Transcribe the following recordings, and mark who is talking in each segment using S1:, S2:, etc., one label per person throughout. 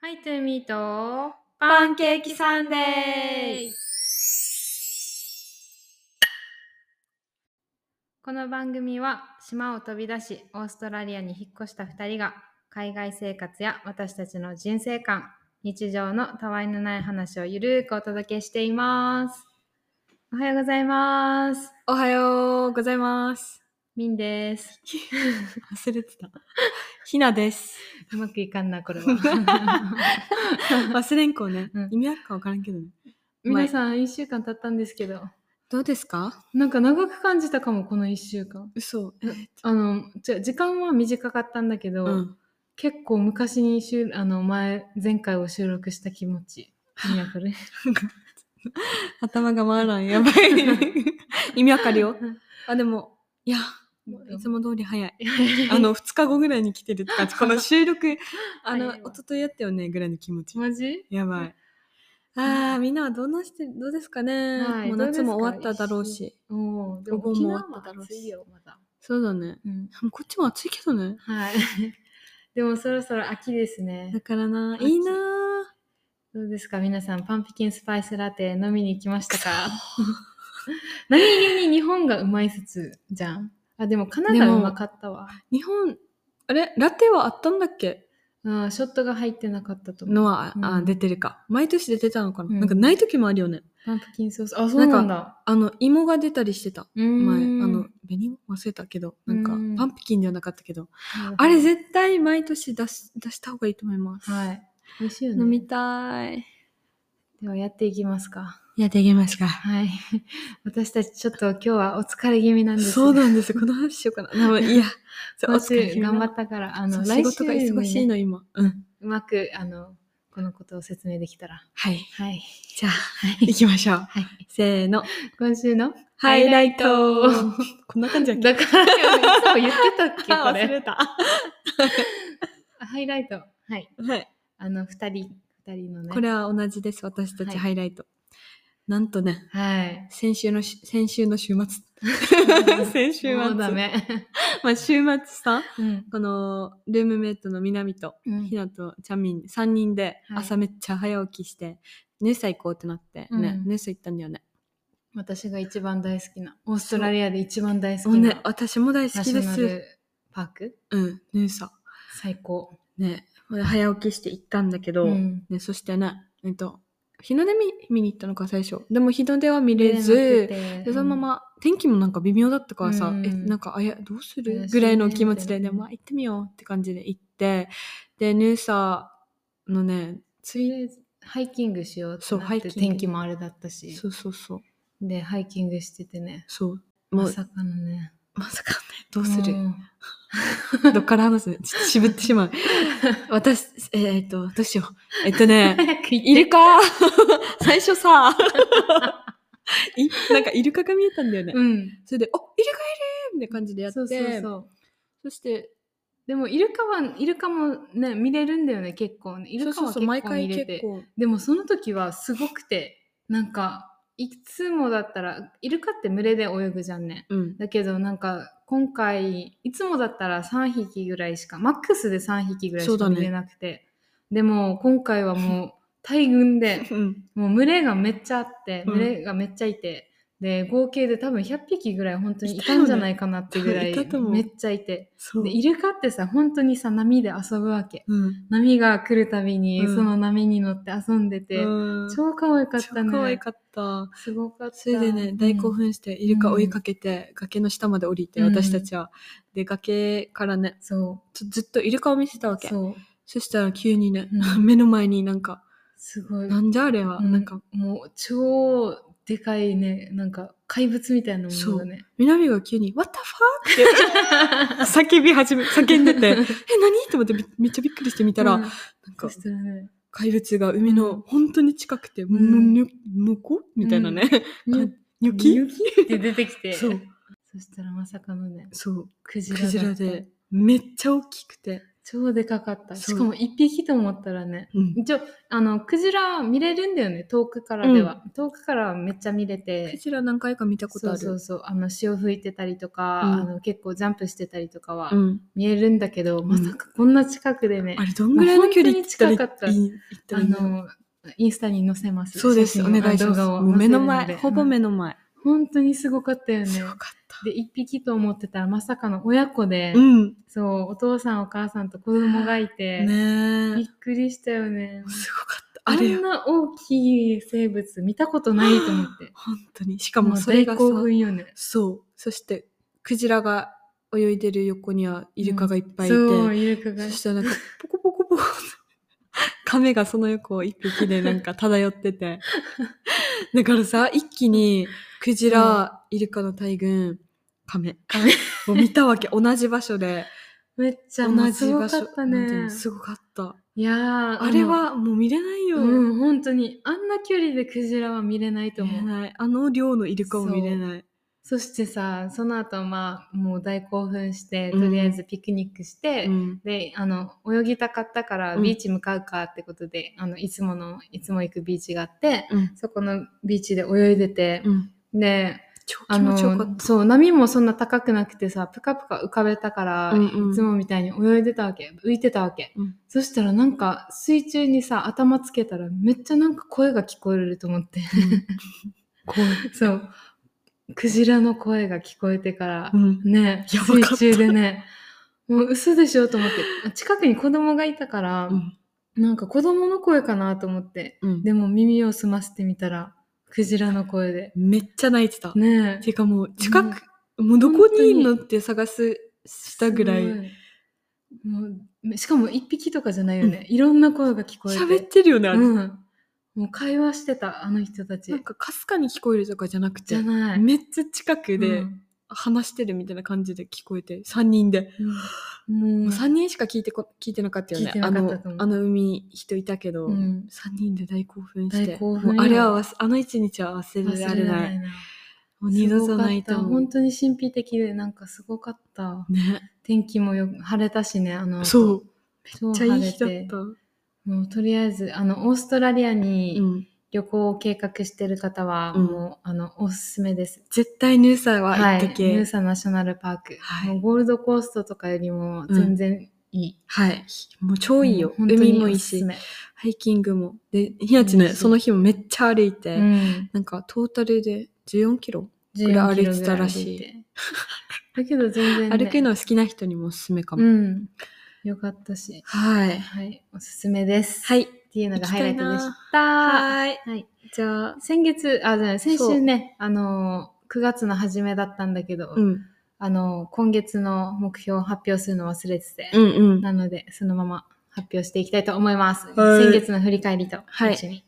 S1: はい、トゥーミート。
S2: パンケーキサンデー
S1: この番組は島を飛び出しオーストラリアに引っ越した2人が海外生活や私たちの人生観日常のたわいのない話をゆるーくお届けしていますおはようございます
S2: おはようございます。
S1: みんです
S2: 忘れてた。 ひな です。
S1: うまくいかんなこれ は
S2: 忘れんこうね
S1: うん。
S2: 意味あるかわからんけどね。
S1: 皆さん1週間経ったんですけど
S2: どうですか
S1: なんか長く感じたかもこの1週間
S2: 嘘。えーっ
S1: あのじゃ時間は短かったんだけど、
S2: とうん。
S1: 結構昔に収あの前前回を収録した気持ちいやこ れ
S2: 頭が回らん。や ばい。意味わかるよ。 あ、でも、いや、いつも通り早い。あの、2日後ぐらいに来てるって 感じ。この収録、あの
S1: 早い、わ
S2: 一昨日やったよね、ぐらいの気持ち。
S1: マジ
S2: やばい。あー、みんなはどんなして、どうですかね。
S1: はい
S2: もう
S1: どうです
S2: 夏
S1: か
S2: も終わっただろうし。
S1: おおで
S2: お
S1: も
S2: 盆
S1: 沖
S2: も
S1: 縄
S2: 終わ
S1: は
S2: っただろうし
S1: 暑いよまだ
S2: そうだね。
S1: うん
S2: でもこっちも暑いけどね。
S1: はい でもそろそろ秋ですね
S2: だからな、
S1: 秋
S2: いいな
S1: どうですか皆さんパンピキンスパイスラテ飲みに行きましたか 何気に日本がうまい説じゃんあでもカナ
S2: で
S1: ダ
S2: も
S1: うまかったわ
S2: 日本、あれラテはあったんだっけ
S1: うんショットが入ってなかったと思う
S2: のは、
S1: うん
S2: あ、出てるか。毎年出てたのかな、
S1: うん
S2: なんかない時もあるよね。
S1: パンプキンソースあそうなんだ
S2: あの、芋が出たりしてた。
S1: 前あ
S2: 前、あの、紅芋忘れたけど、なんか
S1: うん、
S2: パンプキンではなかったけど。あれ絶対毎年出し、出した方がいいと思います。
S1: はい。美味しいよね。
S2: 飲みたい。
S1: ではやっていきますか。
S2: やっていきますか。
S1: はい。 私たちちょっと今日はお疲れ気味なんです
S2: そうなんです。この話しよ うかな。でもいや、
S1: 今週頑張
S2: て。
S1: ったから、あ
S2: あ
S1: の、
S2: の、
S1: 来
S2: 仕
S1: 週
S2: 事が忙しい
S1: にね
S2: の、今。うん。
S1: うまく、あの、このことを説明できたら。
S2: はい。
S1: はい。
S2: じゃあ、行きましょう。
S1: はい。
S2: せーの。
S1: 今週の
S2: ハイライ
S1: ハ
S2: ト
S1: イライ
S2: こんな感じだっ け
S1: だから、いつも言ってたっけこ
S2: あ忘
S1: れ。
S2: れた。は
S1: ハイライト。はい。
S2: い。
S1: あの、二人、二人のね。
S2: これは同じです。私た
S1: は
S2: ち
S1: い
S2: ハイライト。なんとね、
S1: はい。
S2: 先週のし、先週の週末。 先週末。
S1: もうダメ。
S2: まあ、週末さ、
S1: うん。
S2: この、ルームメイトの南と、
S1: うん
S2: ひなと、ちゃみん、3人で、
S1: はい
S2: 朝めっちゃ早起きして、ネッサ行こうってなって、ね
S1: う、ん
S2: ネッサ行ったんだよね。
S1: 私が一番大好きな、オーストラリアで一番大好
S2: もう
S1: き
S2: ね
S1: な、、
S2: 私も大好
S1: ナ
S2: き
S1: シ
S2: で
S1: ョナ
S2: す。
S1: ルパーク
S2: うん、ネッサ。
S1: 最高。
S2: ね、これ早起きして行ったんだけど、
S1: うん
S2: ね、そしてね、えっと、日の出見見に行ったのか最初。でも日の出は見れ
S1: ず
S2: ず、でそのまま、天気もなんか微妙だったからさ、
S1: うん
S2: え、なんか、あいや、どうす
S1: 怪
S2: る
S1: しいね
S2: ぐらいの気持ち
S1: みたい
S2: で、で
S1: な
S2: も、まあ行ってみようって感じで行って、で、ヌーサーのね、
S1: ついでハイキングしようって
S2: そう
S1: な
S2: ハ
S1: っ
S2: イ
S1: て
S2: キング
S1: 天気もあれだったし
S2: そうそうそう、
S1: でハイキングしててね
S2: そう。も
S1: ま
S2: う、
S1: さかのね
S2: まさかね、どうする
S1: も
S2: どっから 話すちょっと渋ってしまう。私、えーえっと、どうしよう。えっと
S1: う
S2: ね、
S1: 早く行
S2: イ
S1: っ
S2: ルカ最初さ、いなんかイルカが見えたんだよね。
S1: てうん
S2: それで、おイルカいるみたいな感じでやって、
S1: そうそうそう
S2: そして、
S1: でもイルカはイルカもね見れるんだよね結構ねイルカ
S2: そうそ
S1: は
S2: うそ
S1: 結
S2: う、毎
S1: 構
S2: 回
S1: 見れ
S2: 結
S1: て
S2: 構。
S1: でもその時はすごくてなんかいつもだったらイルカって群れで泳ぐじゃんね
S2: うん。
S1: だけどなんか今回いつもだったら3匹ぐらいしかマックスで3匹ぐらい
S2: そ
S1: し
S2: う
S1: か
S2: だね
S1: 見れなくて、でも今回はも う大群で
S2: うん。
S1: もう群れがめっちゃあって
S2: うん
S1: 群れがめっちゃいて、で合計で多分100匹ぐらい本当にいたんじゃないかなってぐらい
S2: いたよね多分いたと思う
S1: めっちゃいて
S2: そう
S1: で。イルカってさ本当にさ波で遊ぶわけ
S2: うん。
S1: 波が来るたびに
S2: うん
S1: その波に乗って遊んでて、
S2: うん
S1: 超可愛かったね
S2: 超可愛かった。
S1: すごかった
S2: それでね、大興奮して、イルカ追いかけて、崖の下まで降りて、
S1: うん
S2: 私たちは。で、崖からね、
S1: そ
S2: ちょずっとイルカを見せたわ
S1: う
S2: け。そ
S1: そう
S2: したら急にね、
S1: う
S2: 目の前になんか、
S1: すごい
S2: なんじゃあれは、
S1: うん
S2: なんか、
S1: もう超でかいねなんか怪物みたいなものがね
S2: 南が急に、What the fuck? 叫び始め、叫ん でて、え、何と思ってびめっちゃびっくりしてみたら、
S1: うん
S2: なんか
S1: そ、したらね
S2: 怪物が海の本当に近くて、む
S1: うん
S2: む向こうみたいなね。
S1: ニュ
S2: ニョキ
S1: キって出てきて
S2: そう、
S1: そしたらまさかのね
S2: そう、
S1: クジ
S2: ク
S1: ラだった
S2: ジラで、めっちゃ大きくて、
S1: 超でかかった。
S2: そ
S1: し
S2: う
S1: かも一匹と思ったらね。
S2: うん
S1: 一応、あの、クジラは見れるんだよね、遠くからでは。遠くからはめっちゃ見れ
S2: ク
S1: て。
S2: ジラ何回か見たこと
S1: そ
S2: あ
S1: う
S2: る。
S1: そうそう。あの、潮吹いてたりとか、
S2: うん
S1: あの、結構ジャンプしてたりとかは
S2: うん、
S1: 見えるんだけど、ま
S2: うん
S1: さかこんな近くでね
S2: あ、れ、どんぐらいの距離行ったらいい
S1: 本当に近かった
S2: 行った
S1: あ
S2: らいいの
S1: の、インスタに載せます。
S2: そうです、
S1: 写
S2: お
S1: 真を
S2: 願いします。
S1: 動画を
S2: もう目の
S1: 載せ
S2: 前、
S1: るで
S2: ほぼ目の前。
S1: 本当にすごかったよね。
S2: すごかった。
S1: で、一匹と思ってたらまさかの親子で、
S2: うん。
S1: そう、お父さんお母さんと子供がいて、び
S2: ね
S1: っくりしたよね
S2: え。。すごかった。
S1: あ
S2: あれ
S1: ん
S2: よ。
S1: な大きい生物見たことないと思って。
S2: 本当に。しか
S1: も
S2: も
S1: う
S2: それ
S1: 大
S2: がさ、
S1: 興奮よね。
S2: そう。そして、クジラが泳いでる横にはイルカがいっぱいいて、
S1: そう、イルカが
S2: そ。したらなんか、ポコポコポコ。亀がその横を一匹でなんか漂ってて。だからさ、一気に、クジラ、イルカの大群、亀。を見たわけ。同じ場所で。
S1: めっちゃ
S2: 同じ
S1: もう
S2: 場
S1: す
S2: 所。
S1: ごかった
S2: 本当
S1: ね
S2: に。すごかった。
S1: いやー
S2: あれ、はもう見れない
S1: あ
S2: よ。
S1: のうん、本当に。あんな距離でクジラは見れないと思う
S2: 見。れないあの量のイルカを見れない。
S1: そしてさ、その後まあ、もう大興奮して、
S2: うん
S1: とりあえずピクニックして、
S2: うん
S1: で、あの、泳ぎたかったから
S2: うん
S1: ビーチ向かうかってことで、あの、いつもの、いつも行くビーチがあって、
S2: うん
S1: そこのビーチで泳いでて、
S2: うん
S1: で、
S2: 超
S1: あ
S2: 気持ちよかっ
S1: の、そう、波もそんな高くなくてさ、ぷかぷか浮かべたから、
S2: うんうん
S1: いつもみたいに泳いでたわけ、浮いてたわけ。
S2: うん
S1: そしたらなんか、水中にさ、頭つけたらめっちゃなんか声が聞こえると思って。
S2: た。うん怖い
S1: そう。クジラの声が聞こえてから
S2: う、ん
S1: ね、
S2: やばかった
S1: 水中でね、もう嘘でしょと思って、近くに子供がいたから、
S2: うん
S1: なんか子供の声かなと思って、
S2: うん
S1: でも耳を澄ませてみたら、クジラの声で。
S2: めっちゃ泣いてた。
S1: ねえ。
S2: てかもう近く、もうどこにいんのって探すしたぐらい
S1: すごもう、しかも一匹とかじゃないよね。いろんな声が聞こえて。
S2: 喋ってるよね、あれ。
S1: うん。もう会話してた、あの人たち
S2: なん。かかすかに聞こえるとかじゃなく
S1: じ
S2: て
S1: ゃ、ない。
S2: めっちゃ近く
S1: う
S2: で
S1: ん
S2: 話してるみたいな感じで聞こえて、3人で。
S1: も
S2: も
S1: う
S2: う3人しか聞いてこ聞いてなかったよ
S1: 聞い
S2: ね
S1: て。な
S2: あ
S1: かっ
S2: の
S1: たと思う、
S2: あの海人いたけど、
S1: うん
S2: 3人で大興奮して。
S1: 大興奮よ
S2: もうあれは忘あの一日は忘れられない。
S1: いな。
S2: もう二度とないと
S1: すごかった
S2: 思う
S1: 本。当に神秘的で、なんかすごかった。
S2: ね。
S1: 天気もよく晴れたしね、あの、
S2: そう。
S1: め
S2: めっちゃいい日だった。
S1: もうとりあえず、あの、オーストラリアに
S2: ん。
S1: 旅行を計画してる方は、
S2: うん
S1: もう、あの、おすすめです。
S2: 絶対ヌーサーは行
S1: は
S2: っ
S1: い。
S2: て
S1: ニ
S2: け。
S1: ュ
S2: は
S1: ー
S2: い。
S1: サナショナルパーク。
S2: はい
S1: もうゴールドコーストとかよりも全然いい。
S2: もう超いいよ。
S1: うん
S2: 海もいい。し
S1: 本、
S2: ハイキングも。で、ひなちね、
S1: うん
S2: その日もめっちゃ歩いて、
S1: 当におすすめうん。
S2: なんかトータルで14キロ。
S1: ぐ
S2: らい歩いてたらしい
S1: だけど全然、ね。
S2: 歩くの好きな人にもおすすめかも。
S1: うん。よかったし。
S2: はい。
S1: はい。おすすめです。
S2: はい。
S1: っていうのがハイライトでし
S2: 行き
S1: た。
S2: はい。
S1: はい。
S2: じゃあ、
S1: 先月、あ、じゃない、先週ね、あのー、9月の初めだったんだけど、
S2: うん。
S1: あのー、今月の目標を発表するの忘れてて、
S2: うんうん。
S1: なので、そのまま発表していきたいと思います。
S2: はい
S1: 先月の振り返りと
S2: はい
S1: 一緒に。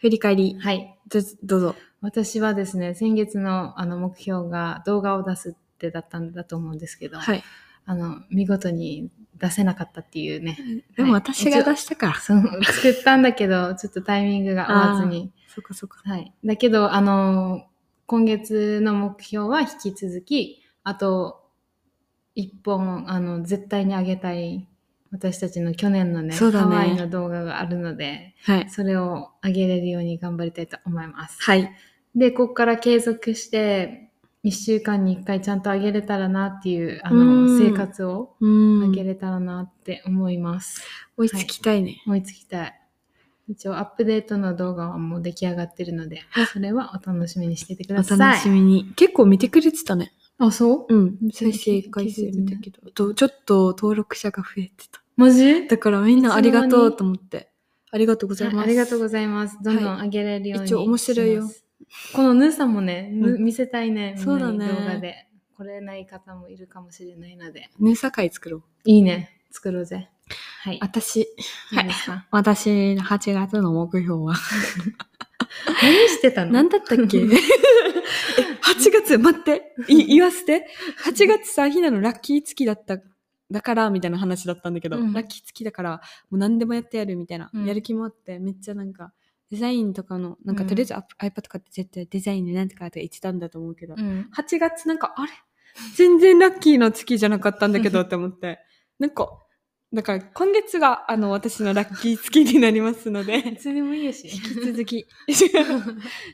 S2: 振り返り。
S1: はい。
S2: どどうぞ。
S1: 私はですね、先月のあの目標が動画を出すってだったんだと思うんですけど、
S2: はい。
S1: あの、見事に出せなかったっていうね。
S2: でも私が出したから。
S1: その、作ったんだけど、ちょっとタイミングが合わずに。
S2: そっかそっか。
S1: はい。だけど、あのー今月の目標は引き続き、あと、一本、あの、絶対にあげたい、私たちの去年のね、
S2: そうだね
S1: ハワイの動画があるので、
S2: はい。
S1: それをあげれるように頑張りたいと思います。
S2: はい。
S1: で、ここから継続して、一週間に一回ちゃんとあげれたらなっていう、あ
S2: う
S1: の、
S2: ん
S1: 生活を
S2: う
S1: あ
S2: ん
S1: げ。れたらなって思います。
S2: 追いつきたいね。
S1: 追いつきたい。一応アップデートの動画はもう出来上がってるので、それはお楽しみにしていてく
S2: お
S1: ださい。
S2: 楽しみに。結構見てくれてたね。
S1: あ、そう
S2: うん
S1: 全
S2: 再
S1: 然
S2: 生回数見たけど。あと、ちょっと登録者が増えてた。
S1: マジ
S2: だからみんなありがとうと思って。ありがとうございます。
S1: ありがとう
S2: ござい
S1: ございます。どんどん
S2: は
S1: 上げれるように、
S2: 一応面白いよ。
S1: このヌーさんもね、ぬ
S2: う
S1: 見せたいね。
S2: そうだね
S1: みんなに動画で。来れない方もいるかもしれないので。
S2: ます。ヌーサ会作ろう。
S1: いいね。作ろうぜ。はい。
S2: 私、
S1: いいですか
S2: 私の8月の目標 は。
S1: 何してたの
S2: 何だった っけえ ?8 月、待って、い言わせて。8月さ、ひなのラッキー月だった。だから、みたいな話だったんだけど、
S1: うん
S2: ラッキー月だから、もう何でもやってやるみたいな、
S1: うん
S2: やる気もあって、めっちゃなんか、デザインとかの、なんか
S1: うん
S2: とりあえずアップ iPad とかって絶対デザインでなんとかとか言ってたんだと思うけど、
S1: うん。
S2: 8月なんか、あれ全然ラッキーの月じゃなかったんだけどって思って、なんか、だから今月があの私のラッキー月になりますの
S1: い
S2: で、
S1: つでもいいし。
S2: 引き続き。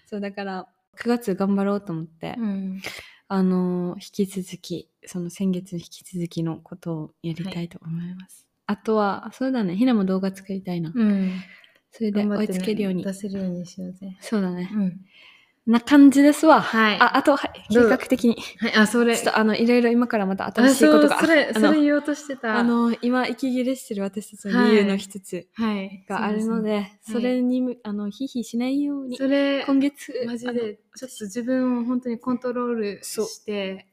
S2: そうだから9月頑張ろうと思って、
S1: うん。
S2: あの引き続き、その先月の引き続きのことをやりたいと思います。あとは、そうだね、ひなも動画作りたいな。
S1: うん。
S2: それで
S1: 頑張
S2: 追
S1: っ
S2: い
S1: てね
S2: つけるように
S1: 出。せるようにしようぜ。
S2: そうだね
S1: う。ん。
S2: な感じですわ。
S1: はい。
S2: あ、あと、はい、
S1: どうぞ
S2: 計画的に。
S1: はい、あ、それ。
S2: ちょっとあの、いろいろ今からまた
S1: あ
S2: 新しいことが。
S1: そうそれ、
S2: あ
S1: そ
S2: の
S1: れ言おうとしてた。
S2: あ、の、今、息切れしてる私たちの理由の一つ
S1: はい。
S2: があるので、
S1: そ
S2: そう
S1: ですね
S2: れにむ、あの、ひいひいしないように、
S1: そうですね、そ
S2: 今
S1: れ、
S2: 月、
S1: マジ
S2: あの
S1: で、ちょっと自分を本当にコントロール
S2: そう
S1: して、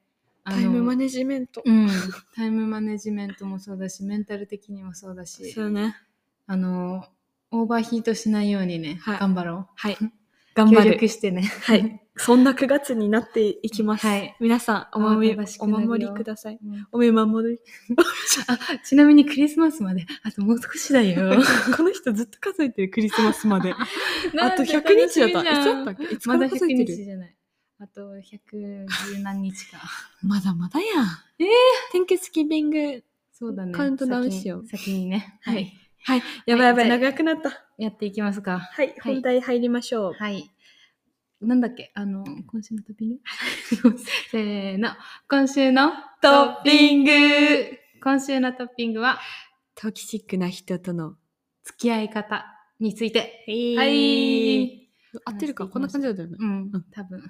S1: あの
S2: タイムマネジメント。
S1: うん、タイムマネジメントもそうだし、メンタル的にもそうだし、
S2: そうね。
S1: あの、オーバーヒートしないようにね、
S2: はい
S1: 頑張ろ
S2: はい。
S1: う。
S2: 頑張
S1: 協
S2: る。
S1: 力してね。
S2: はい。そんな9月になっていきます。
S1: はい
S2: 皆さん、お守り
S1: 慌ただし、く
S2: お
S1: なるよ
S2: 守りください。
S1: うん
S2: おめ守り。
S1: あ、ちなみにクリスマスまで、あともう少し だよ。
S2: この人ずっと数えてる、クリスマスまで。あと100日だった。いつだったっけいつか
S1: まだ
S2: ら
S1: 100
S2: 数えて
S1: 日
S2: る
S1: じゃない。あと110何日か。
S2: まだまだやん。
S1: えー
S2: 天気スキビング。
S1: そうだね。
S2: カウントダウンしよう
S1: 先に先にね。
S2: はい
S1: はい。
S2: はい。やばいやばい。
S1: じゃあ
S2: 長くなった。
S1: やっていきますか。
S2: はい。本題入りましょう。
S1: はい。なんだっけあの、今週のトッピ ングせーの。今週の
S2: トッピング
S1: 今週のトッピングは、
S2: トキシックな人との。
S1: 付き合い方について。は。。
S2: はい合ってるかこんな感じだったよね
S1: う。ん
S2: うん、
S1: 多分。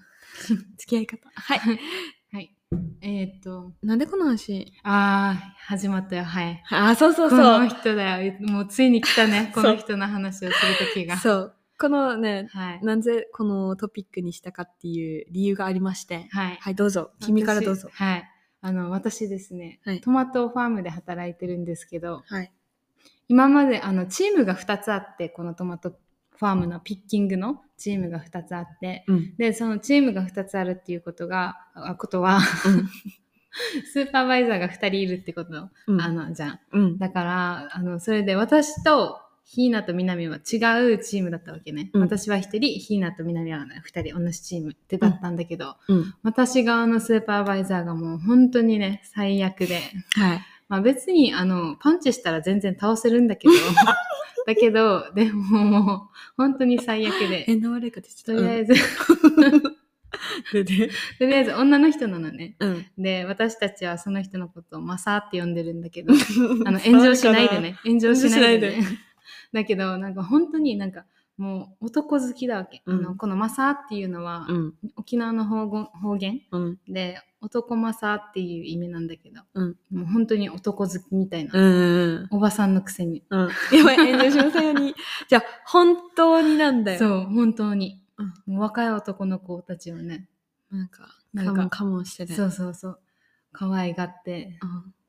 S2: 付き合い方。はい。
S1: はい。えーっと、
S2: なんでこの話
S1: あー、始まったよ。はい。
S2: あ、そうそう
S1: こ
S2: そ
S1: の
S2: う。
S1: 人だよ。もうついに来たね。こ
S2: そう
S1: の人の話をする時が。
S2: そう。このね、
S1: はい。
S2: なぜこのトピックにしたかっていう理由がありまして。
S1: はい。
S2: はい、どうぞ。君からどうぞ
S1: 私。はい。あの、私ですね、
S2: はい
S1: トマトファームで働いてるんですけど、
S2: はい。
S1: 今まであのチームが2つあって、このトマトファームのピッキングのチームが2つあって、
S2: うん。
S1: で、そのチームが2つあるっていうことが、あことは、 スーパーバイザーが2人いるってこと、
S2: うん。
S1: あの、じゃん。
S2: うん。
S1: だから、あの、それで私と、ひーなとみなみは違うチームだったわけね。
S2: うん
S1: 私は一人、ひーなとみなみは二人同じチームってだったんだけど、
S2: うん。
S1: 私側のスーパーバイザーがもう本当にね、最悪で。
S2: はい。
S1: まあ別に、あの、パンチしたら全然倒せるんだ けど、だけど、でももう、本当に最悪
S2: え、
S1: で。
S2: なわれかってち
S1: と
S2: ょっ
S1: り
S2: と。
S1: あえず、
S2: ず。で、
S1: とりあえず女の人なのね。
S2: うん。
S1: で、私たちはその人のことをマサーって呼んでるんだけど、あ の、炎上しないで。ね。炎上しないで、
S2: 炎上
S1: ね。 だけど、なんか本当になんか、もう男好きだわけ。
S2: うん
S1: あの、このマサーっていうのは、
S2: うん。
S1: 沖縄の方言方言
S2: うん。
S1: で男マサっていう意味なんだけど、
S2: うん
S1: もう本当に男好きみたいな、
S2: うん。
S1: おばさんのくせに
S2: うん。やばい、炎上しませんように。 じゃあ、本当になんだよ。
S1: そう本当に、
S2: う
S1: もう若い男の子たちをね
S2: なんか、
S1: なん
S2: カ
S1: か
S2: モンカモンしてね。
S1: そうそうそう可愛がって、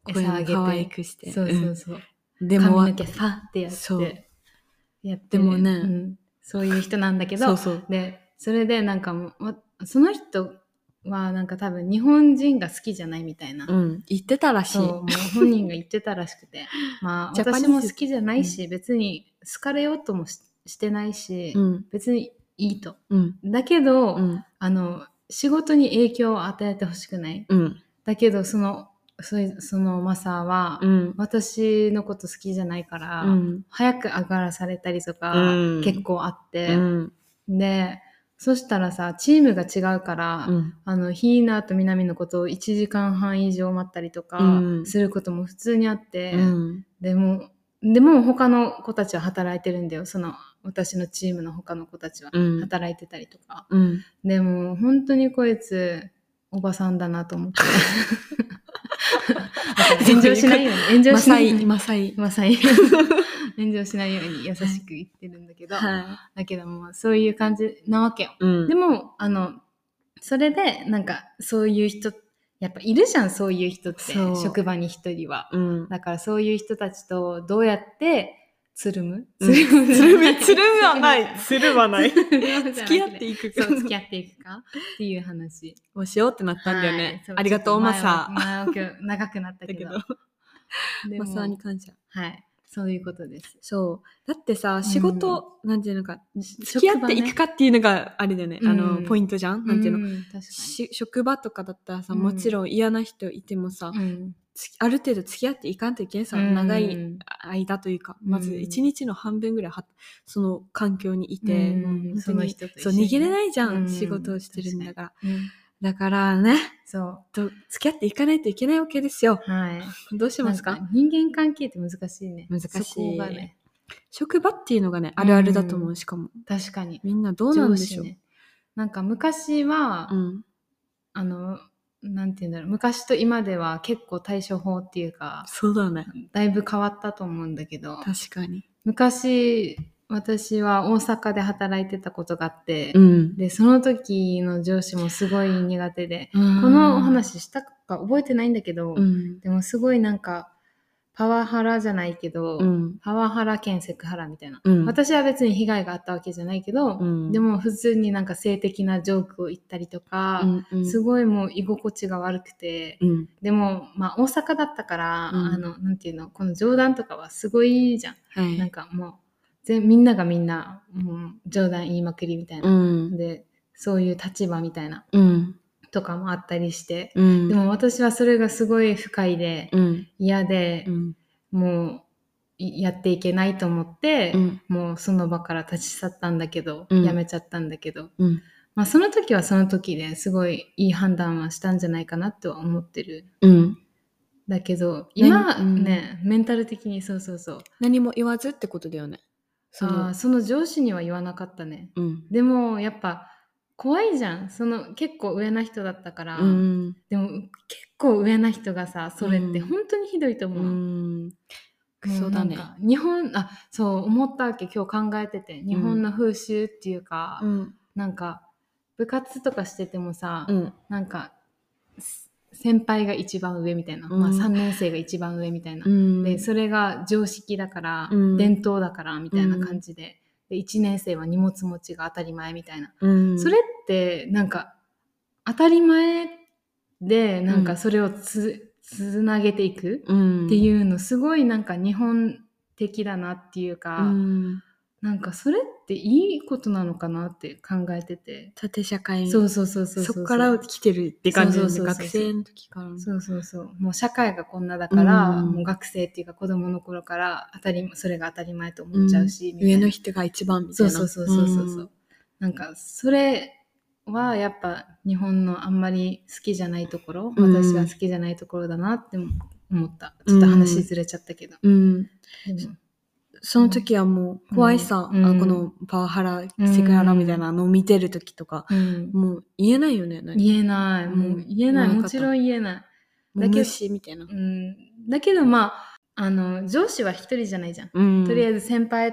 S2: うん。
S1: 餌あげて
S2: 可愛くして。
S1: そうそうんそう、
S2: でも、
S1: 髪の毛ファってやっ
S2: そう
S1: てやって
S2: でもね
S1: うんそういう人なんだけど
S2: そうそう。
S1: でそれでなんかもうわその人はなんか多分日本人が好きじゃないみたいな、
S2: うん。言ってたらしい
S1: そう。もう本人が言ってたらしく てまあ
S2: ジャパニー
S1: 私
S2: ズ
S1: も好きじゃないし、別に好かれようともししてないし、
S2: うん。
S1: 別にいいと
S2: うん。
S1: だけど、
S2: うん。
S1: あの仕事に影響を与えてほしくない
S2: うん。
S1: だけどそのそいそのマサは、
S2: うん。
S1: 私のこと好きじゃないから、
S2: うん。
S1: 早く上がらされたりとか、
S2: うん
S1: 結構あっ
S2: う
S1: て、
S2: ん。
S1: でそしたらさチームが違うから、あのひーなとみなみのことを1時間半以上待ったりとか
S2: うん
S1: することも普通にあって、
S2: うん。
S1: でもでも他の子たちは働いてるんだよその私のチームの他の子たちは
S2: うん。
S1: 働いてたりとか、
S2: うん。
S1: でも本当にこいつおばさんだなと 思って炎上しないように炎上
S2: マ
S1: し
S2: サ
S1: ないよう
S2: イ、
S1: に
S2: マサイ。
S1: まさに 炎上しないように優しく言ってるんだけど、
S2: は
S1: だけどもそういう感じなわけよ
S2: い。うん。
S1: でも、あの、それで、なんか、そういう人、やっぱいるじゃん、そういう人って
S2: そ、う
S1: 職場に一人は。
S2: うん。
S1: だから、そういう人たちと、どうやって、つるむ
S2: うん
S1: む
S2: つるむ、 つるむはない。
S1: つ
S2: つるはない。
S1: るむじゃなく
S2: 付き合っていくか
S1: そう、付き合っていくかっていう話。
S2: もうしようってなったんだよ
S1: はい
S2: ね
S1: そ。
S2: ありがとう、マサ。
S1: 前置き前置き長くなったけど。
S2: だ
S1: でも
S2: マサに感謝。
S1: はい。そういうことです。
S2: そう。だってさ、仕事、なんていうのか、付
S1: 付
S2: き合っていく
S1: か、
S2: かっていうのが、あれだよね。あ
S1: うん
S2: の、ポイントじゃんなんていうの
S1: ん確か
S2: し職場とかだったらさ、
S1: うん
S2: もちろん嫌な人いてもさ、
S1: に。うん
S2: つある程度付き合っていかんといけんさ、長
S1: う
S2: い
S1: ん
S2: 間というか、
S1: うん
S2: まず一日の半分ぐらいはその環境にいて、
S1: うん
S2: もう本当に
S1: その人と一緒
S2: そう、
S1: に
S2: 逃げれないじゃ
S1: う
S2: ん、
S1: ん
S2: 仕事をしてるんだから。
S1: うん
S2: だからね、
S1: そ
S2: と付き合っていかないといけないわけですよ。
S1: う。はい。
S2: どうします
S1: なん
S2: か
S1: 人間関係って難しいね。
S2: 難しい
S1: そこがね。
S2: 職場っていうのがね、あるあるだと思う、
S1: うん
S2: しかも。
S1: 確かに。
S2: みんなどうなん
S1: 上
S2: で
S1: 司
S2: しょう、
S1: ねなんか昔は、
S2: うん。
S1: あの、なんて言うんだろう。昔と今では結構対処法っていうか、
S2: そうだね。
S1: だいぶ変わったと思うんだけど、
S2: 確かに。
S1: 昔、私は大阪で働いてたことがあって、
S2: うん。
S1: で、その時の上司もすごい苦手で、
S2: こ
S1: このお、話したか覚えてないんだけど、
S2: うん。
S1: でもすごいなんか、パワハラじゃないけど、
S2: うん。
S1: パワハラ兼セクハラみたいな。
S2: うん。
S1: 私は別に被害があったわけじゃないけど、
S2: うん
S1: でも普通になんか性的なジョークを言ったりとか、
S2: うん、
S1: すごいもう居心地が悪くて、
S2: うん。
S1: でもまあ大阪だったから、
S2: うん
S1: あの、なんていうの、この冗談とかはすごいいいじゃん。
S2: はい。
S1: なんかもう、全みんながみんな、もう冗談言いまくりみたいな。
S2: うん。
S1: で、そういう立場みたいな
S2: うん。
S1: とかもあったりして、
S2: うん。
S1: でも私はそれがすごい不快で、
S2: うん。
S1: 嫌で
S2: う、ん。
S1: もういやっていけないと思って、
S2: うん。
S1: もうその場から立ち去ったんだけど、
S2: うん
S1: やめちゃったんだけど、
S2: うん。
S1: まあ、その時はその時ですごいいい判断はしたんじゃないかなとは思ってる。
S2: うん。
S1: だけど今
S2: うん
S1: ね、メンタル的にそうそうそう
S2: 何も言わずってことだよね。そ
S1: そ
S2: の
S1: の、その上司には言わなかったね
S2: うん。
S1: でもやっぱ怖いじゃんその結構上な人だったから、
S2: うん。
S1: でも結構上な人がさそれって
S2: うん
S1: 本当にひどいと思う、
S2: うん。ク
S1: も
S2: ソだね
S1: なん。か日本あそう思ったわけ今日考えてて日本の風習っていうか、
S2: うん。
S1: なんか部活とかしててもさ、
S2: うん。
S1: なんかす先輩が一番上みたいな、まあ、
S2: うん
S1: 3年生が一番上みたいな、
S2: うん。
S1: でそれが常識だから、
S2: うん
S1: 伝統だからみたいな感じで,、で1年生は荷物持ちが当たり前みたいな、
S2: うん。
S1: それってなんか当たり前でなんかそれをつ,、つなげていく
S2: うん。
S1: って
S2: う
S1: いうのすごいなんか日本的だなっていうか、
S2: ん。
S1: なんかそれっていいことなのかなって考えてて。
S2: 縦社会
S1: そうそうそうそう
S2: そうこから来てるって感じですね。
S1: そうそうそ
S2: 学
S1: うそう
S2: 生の時からの。
S1: そうそうそう。もう社会がこんなだから、
S2: うん
S1: もう学生っていうか子供の頃から当たり、それが当たり前と思っちゃうし、みたい
S2: 上
S1: な
S2: の人が一番みた
S1: そ
S2: いうな。
S1: そうそうそうそう。
S2: ん。
S1: なんか、それはやっぱ日本のあんまり好きじゃないところ、
S2: うん
S1: 私は好きじゃないところだなって思った。ちょっと話ずれちゃったけど。
S2: うん。
S1: でも
S2: その時はもう怖いさ、
S1: うん
S2: あ
S1: うん
S2: このパワハラ、セクハラみたいなのを見てる時とか、
S1: うん
S2: もう言えないよね。何
S1: 言えない。もう言えない。
S2: うん
S1: もちろん言えない。
S2: も
S1: だけど
S2: う無視みたいな
S1: う。ん。だけどまあ、あの、上司は一人じゃないじゃん。
S2: うん
S1: とりあえず先輩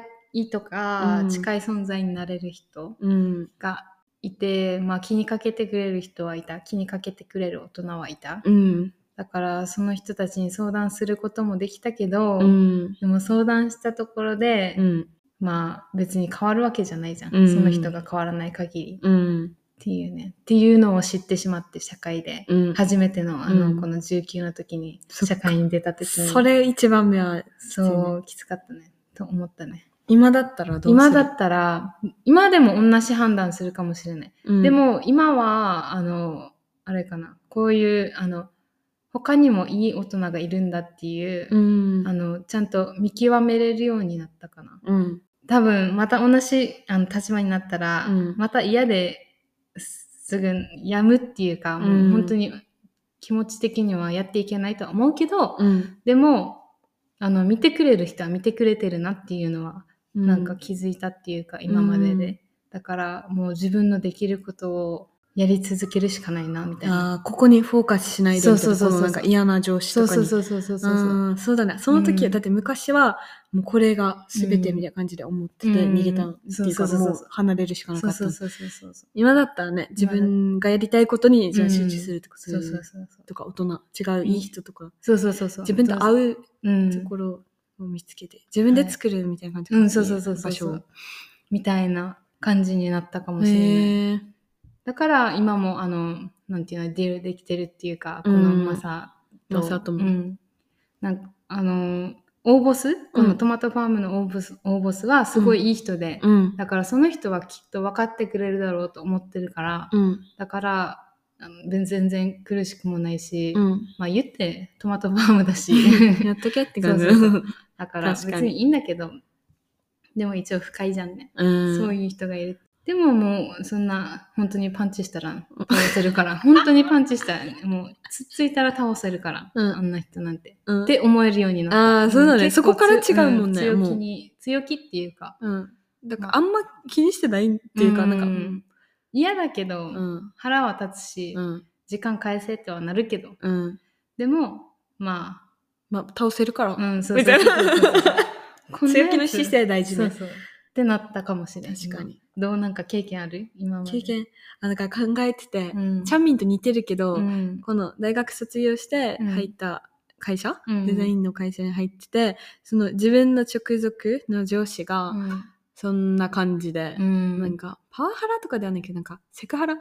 S1: とか
S2: うん
S1: 近い存在になれる人
S2: うん。
S1: がいて、まあ、気にかけてくれる人はいた気にかけてくれる大人はいた、
S2: うん。
S1: だからその人たちに相談することもできたけど、
S2: うん。
S1: でも相談したところで、
S2: うん。
S1: まあ別に変わるわけじゃないじゃん、
S2: うん
S1: その人が変わらない限り
S2: うん。
S1: っていうねっていうのを知ってしまって社会で
S2: うん。
S1: 初めてのあの、
S2: うん
S1: この19の時に
S2: そっ
S1: 社
S2: か
S1: 会に出た時に
S2: それ一番目は、
S1: そうきつかったねと思ったね
S2: 今だったらどうする
S1: 今だ、ったら今でも同じ判断するかもしれない、
S2: うん
S1: で、も今はあのあれかなこういうあの他にもいい大人がいるんだっていう
S2: う、ん。
S1: あのちゃんと見極めれるようになったかな
S2: うん。
S1: 多分また同じあの立場になったら、
S2: うん
S1: また嫌ですぐやむっていうか、もううん本当に気持ち的にはやっていけないとは思うけど、
S2: うん。
S1: でもあの見てくれる人は見てくれてるなっていうのはなんか気づいたっていうか、今までで、
S2: うん
S1: だからもう自分のできることをやり続けるしかないなみたいな
S2: あー、ここにフォーカスしないでみたいな、
S1: そうそうそうそう
S2: このなんか嫌な上司
S1: そ
S2: と
S1: う
S2: か
S1: そう
S2: に
S1: そうそうそうそうそう
S2: うんそうだね。その時は、
S1: うん
S2: だって昔は、もうこれが全てみたいな感じで思ってて、
S1: うん
S2: 逃げたっていう
S1: そう
S2: か、
S1: そうそうそう
S2: もう離れるしかなか
S1: そう
S2: った
S1: そう
S2: の。
S1: そうそうそうそう
S2: 今だったらね、自分がやりたいことにじゃあ集中するとか、そう
S1: そう
S2: い
S1: そう
S2: う
S1: そう
S2: とか、大人、違ういい人とか、
S1: そうそうそうそう
S2: 自分と合う
S1: うん
S2: ところを見つけて、自分で作るみたいな感じ
S1: うんそうそうそうそう
S2: 場所を。
S1: みたいな感じになったかもしれない
S2: へー
S1: だから今もあのなんていうのディールできてるっていうかこ
S2: うん
S1: のマサと、
S2: マサとも
S1: うんなんかあの応募スこのトマトファームの応募ス、応募スはすごいいい人で、
S2: うん。
S1: だからその人はきっと分かってくれるだろうと思ってるから、
S2: うん。
S1: だからあの全全然苦しくもないし、
S2: うん。
S1: まあ言ってトマトファームだし
S2: やっとけって感じ。
S1: そうそうそ だから
S2: 確か
S1: 別
S2: に
S1: にいいんだけどでも一応不快じゃんね、
S2: うん
S1: そういう人がいるでももうそんな本当にパンチしたら倒せるから 本当にパンチしたらねもうつっついたら倒せるから、
S2: うん
S1: あんな人なんて
S2: うん
S1: って思えるようになった。
S2: あーそうだね
S1: 結構
S2: そこから違うもんね
S1: 強
S2: もう
S1: 気に、強気っていうか。
S2: うん。だからあんま気にしてないっていうか、なんか、
S1: うん嫌だけど、
S2: うん。
S1: 腹は立つし、
S2: うん。
S1: 時間返せってはなるけど、
S2: うん。
S1: でも、ま
S2: まあ、倒せるから。
S1: あ、うん、そう
S2: み
S1: そ
S2: た
S1: う
S2: い
S1: そうそうそう。
S2: な。
S1: こんなや
S2: 強
S1: つ
S2: 気の姿勢大事
S1: そう
S2: ね。
S1: そう。ってなったかもしれない。
S2: 確かに。
S1: どうなんか経験ある今まで。
S2: 経験、あ、だから考えてて
S1: う、ん。
S2: チャンミンと似てるけど
S1: う、ん。
S2: この大学卒業して
S1: うん
S2: 入った会社、
S1: うん
S2: デザインの会社に入ってて、その自分の直属の上司が、そんな感じで
S1: う、
S2: なん
S1: ん。
S2: か、パワハラとかではないけど、なんか、セクハラ、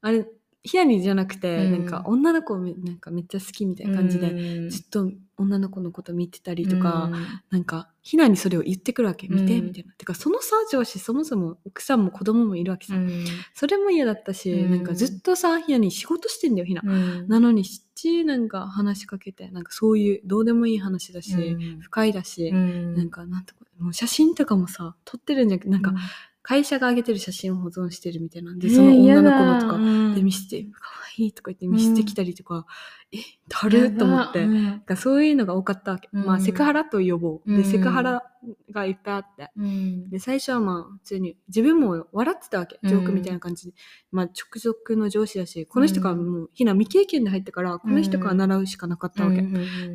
S2: あれ、ひなりじゃなくて、
S1: うん
S2: なんか、女の子をめなんかめっちゃ好きみたいな感じで、
S1: で
S2: ずっと女の子のこと見てたりとか、、なんか、ひなにそれを言ってくるわけ。
S1: うん
S2: 見て、みたいな。てか、そのさ、上司、そもそも奥さんも子供もいるわけ
S1: う
S2: さ。
S1: ん。
S2: それも嫌だったし、
S1: うん
S2: なんかずっとさ、ひなに仕事してんだよ、ひな。
S1: うん
S2: なのに、しっちなんか話しかけて、なんかそういう、どうでもいい話だし、
S1: うん
S2: 不快だし、
S1: うん
S2: なんか、なんとか、もう写真とかもさ、撮ってるんじゃなくて、なんか、会社が上げてる写真を保存してるみたいなんで、その女の子のとか、
S1: か
S2: で見せて、かわいいとか言って見せてきたりとか、え、だるっと思って。なんかそういうのが多かったわけ。
S1: うん
S2: まあ、セクハラと呼ぼう。
S1: う
S2: で、
S1: ん
S2: セクハラがいっぱいあって。
S1: うん
S2: で、最初はまあ、普通に、自分も笑ってたわけ。ジョークみたいな感じで。まあ、直属の上司だし、この人からもう、ひな未経験で入ったから、この人から習うしかなかったわけ。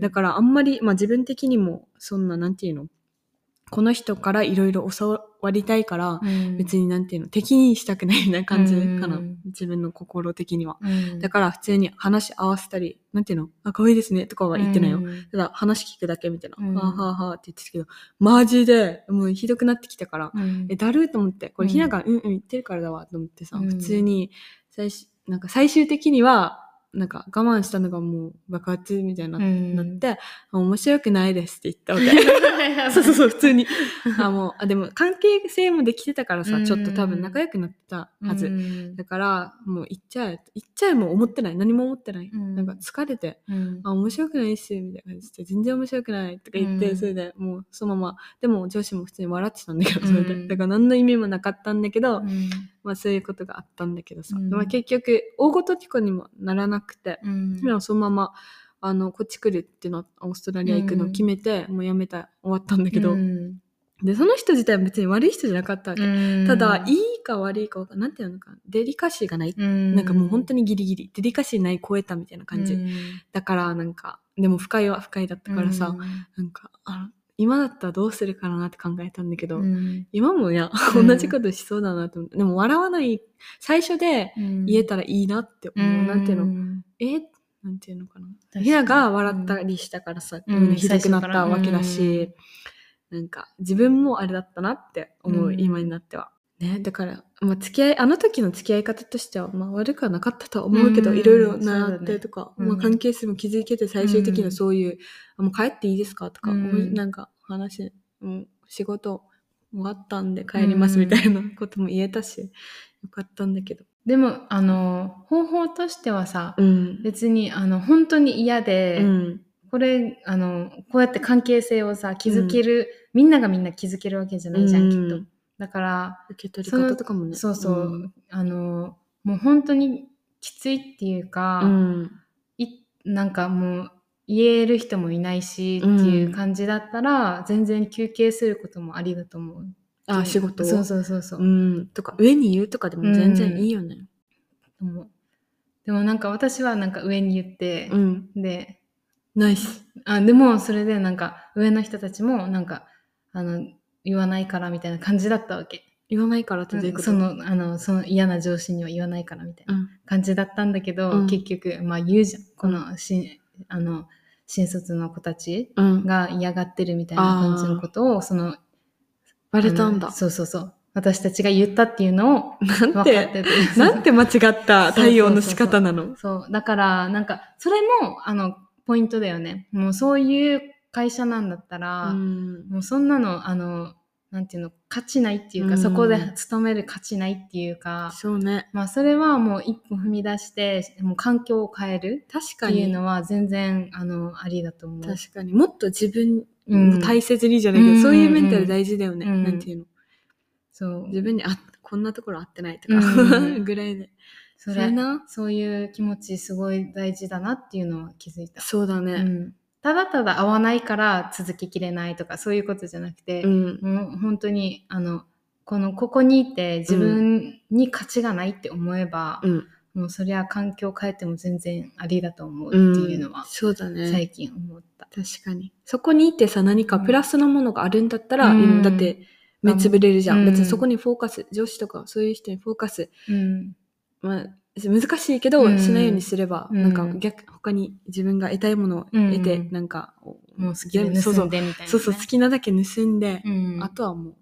S2: だから、あんまり、まあ自分的にも、そんな、なんていうのこの人からいろいろ教わりたいから、別になんていうの敵にしたくないみたいな感じかな。
S1: うん
S2: 自分の心的には。
S1: に
S2: だ
S1: か
S2: から、普通に話し合わせたり、なんていうのあ、可愛いですね、とかは言ってないよ。ただ話聞くだけみたいな、
S1: うん
S2: はあはあはあって言ってたけど、マジで、もうひどくなってきたから、え、だるーと思って、これ
S1: うん
S2: ひながうんうん言ってるからだわと思ってさ、
S1: うん
S2: 普通に、最終、なんか最終的には、なんか我慢したのがもう爆発みたいにな,、
S1: うん
S2: な って、あ面白くないですって言ったわ け。そうそうそう、普通に。 あ、もう、あ、でも関係性もできてたからさ、
S1: うん
S2: ちょっと多分仲良くなってたはず。
S1: うん
S2: だから、もう行っちゃえ、行っちゃえもう思ってない。何も思ってない。
S1: うん
S2: なんか疲れて、
S1: うん
S2: あ、面白くないっすよ、みたいな感じで、全然面白くないとか言って、
S1: うん
S2: それでもうそのまま、でも上司も普通に笑ってたんだけど、それで。
S1: うん
S2: だから何の意味もなかったんだけど、
S1: うん
S2: まあそういうことがあったんだけどさ、
S1: うん
S2: まあ結局、大ごと事故にもならなくて、
S1: うん
S2: でもそのまま、あの、こっち来るっていうのは、オーストラリア行くのを決めて、もうやめた、終わったんだけど、
S1: うん
S2: で、その人自体は別に悪い人じゃなかったわけ。
S1: うん
S2: ただ、いいか悪いかわかんなんていうのかな、デリカシーがない。なんかもう本当にギリギリ、デリカシーない超えたみたいな感じ。
S1: うん
S2: だからなんか、でも不快は不快だったからさ、なんか、あ今だったらどうするかなって考えたんだけど、
S1: うん
S2: 今もや、
S1: うん
S2: 同じことしそうだなと思って、でも笑わない、最初で
S1: うん
S2: 言えたらいいなって思う。なんていうの、
S1: ん
S2: えなんていうのかな。
S1: かに
S2: 部屋が笑ったりしたからさ、
S1: うん
S2: うんひどくな
S1: 最初
S2: っ
S1: から
S2: たわけだし、なんか自分もあれだったなって思う、
S1: うん
S2: 今になっては。ね、だから、まあ、付き合い、あの時の付き合い方としては、まあ、悪くはなかったとは思うけど、
S1: うん
S2: いろいろ
S1: そう
S2: 習
S1: だ
S2: っ
S1: ね
S2: てとか、
S1: うん
S2: まあ、関係性も気づけて最終的に
S1: うん
S2: はそういう、あもう帰っていいですかとか、
S1: うん
S2: おいなんか話、もう仕事終わったんで帰りますみたいなことも言えたし、よかったんだけど。
S1: でもあの方法としてはさ
S2: うん。
S1: 別にあの本当に嫌で、
S2: うん。
S1: これあのこうやって関係性をさ築ける、みんながみんな築けるわけじゃないじゃん、きっとだから
S2: 受け取り方とかもね。
S1: そうそう、
S2: ん。
S1: あのもう本当にきついっていうか、
S2: うん
S1: いなんかもう言える人もいないしっていう感じだったら、全然休憩することもありだと思う
S2: あ、仕事を
S1: そうそうそうそう、
S2: うん。とか、上に言うとかでも全然いいよね。
S1: 思うでもなんか私はなんか上に言って、
S2: うん。
S1: で
S2: ナイス。
S1: あでもそれでなんか上の人たちもなんかあの言わないからみたいな感じだったわけ
S2: 言わないからってどういうこと
S1: そのあのその嫌な上司には言わないからみたいな
S2: うん。
S1: 感じだったんだけど、
S2: うん
S1: 結局まあ言うじゃんこのしあの新卒の子たち
S2: うん。
S1: が嫌がってるみたいな感じのことをその
S2: バレたん
S1: あ
S2: だ
S1: の。そうそうそう私たちが言ったっていうのを
S2: なん
S1: 分かっ
S2: で、
S1: てて
S2: なんて間違った対応の仕方なの
S1: そうだからなんかそれもあのポイントだよねもうそういう会社なんだったら、
S2: うん
S1: もうそんなのあのなんていうの、価値ないっていうか、
S2: うん
S1: そこで勤める価値ないっていうか、
S2: そうね。
S1: まあそれはもう一歩踏み出して、もう環境を変える
S2: 確
S1: っ
S2: か
S1: ていう
S2: に。
S1: のは全然、あの、ありだと思う。
S2: 確かに。もっと自分
S1: うん
S2: を大切にじゃないけど、
S1: うん
S2: そういうメンタル大事だよね。
S1: うん
S2: なんていうの。
S1: そう。
S2: 自分に、あ、こんなところ合ってないとか、
S1: うん
S2: ぐらいで。
S1: そ
S2: れ
S1: れ
S2: な。
S1: そういう気持ちすごい大事だなっていうのは気づいた。
S2: そうだ
S1: う
S2: ね。
S1: ん、ただただ合わないから続ききれないとかそういうことじゃなくて、
S2: うん。
S1: もう本当にあのこのここにいて自分に価値がないって思えば
S2: う、ん。
S1: もうそりゃ環境変えても全然ありだと思うって
S2: うん
S1: いうのは
S2: そうだね。
S1: 最近思った。
S2: 確かに。そこにいてさ、何かプラスなものがあるんだったら、
S1: うん
S2: うんだって、目つぶれるじゃん。
S1: うん
S2: 別にそこにフォーカス、上司とかそういう人にフォーカス、
S1: うん
S2: まあ、難しいけど、
S1: うん
S2: しないようにすれば、
S1: うん
S2: なんか逆、他に自分が得たいものを得て、
S1: うん
S2: なんか、
S1: もう好きで
S2: 全部そうそ
S1: 盗ん
S2: う、
S1: でみたいなね、
S2: そうそう、好きなだけ盗んで、
S1: うん、
S2: あとはもう、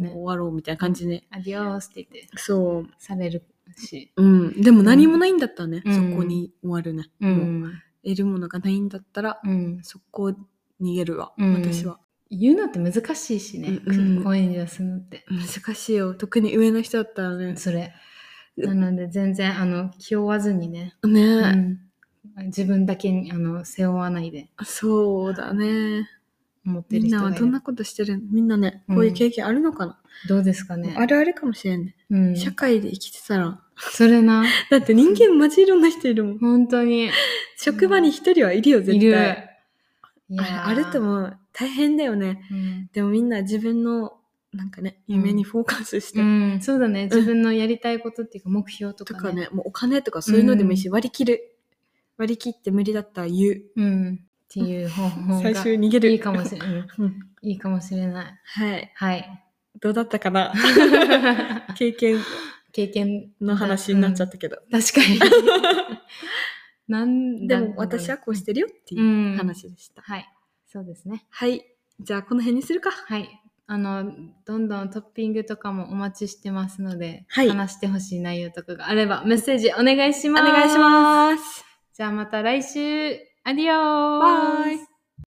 S1: ね
S2: 終わろうみたいな感じで、
S1: アディオースって言って
S2: そう。
S1: されるし、
S2: うん。でも何もないんだったらね、
S1: うん
S2: そこに終わるね。
S1: う
S2: もう、得るものがないんだったら、
S1: うん、
S2: そこを逃げるわ、
S1: うん
S2: 私は。
S1: 言うのって難しいしね、
S2: うん
S1: 声に出すのって。
S2: 難しいよ特に上の人だったらね
S1: それ。
S2: う
S1: なので全然あの気負わずにね、
S2: ね、
S1: うん自分だけにあの背負わないで
S2: そうだね
S1: 思ってる
S2: みん
S1: 人
S2: な
S1: が
S2: はいど
S1: る
S2: んなことしてるのみんなねこういう経験あるのかな、
S1: どうですかね。
S2: あるあるかもしれんね、
S1: うん、
S2: 社会で生きてたら
S1: それな
S2: だって人間マジいろんな人いるもん
S1: 本当に
S2: 職場に一人はいるよ絶対
S1: いる。い
S2: ああると
S1: う。
S2: 思う大変だよね
S1: うん
S2: でもみんな自分のなんかね
S1: うん
S2: 夢にフォーカスして、
S1: うんそうだね自分のやりたいことっていうか目標と
S2: と
S1: かね。
S2: かねもうお金とかそういうのでもいいし、割り切る割り切って無理だったら言う
S1: うん、っていう方法が
S2: 最終逃げる
S1: いいかもしれない。
S2: うん
S1: いいかもしれない。
S2: はい
S1: はい。
S2: どうだったか な経験
S1: 経験
S2: の話になっちゃったけど、
S1: 確かに。なん
S2: でも私はこうしてるよって
S1: う
S2: いうん話でした、
S1: はい。そうですね。
S2: はいじゃあこの辺にするか
S1: はい。あの、どんどんトッピングとかもお待ちしてますので、
S2: はい
S1: 話してほしい内容とかがあればメッセージお願いします。
S2: お願いします
S1: す。じゃあまた来週、アディオー
S2: バイ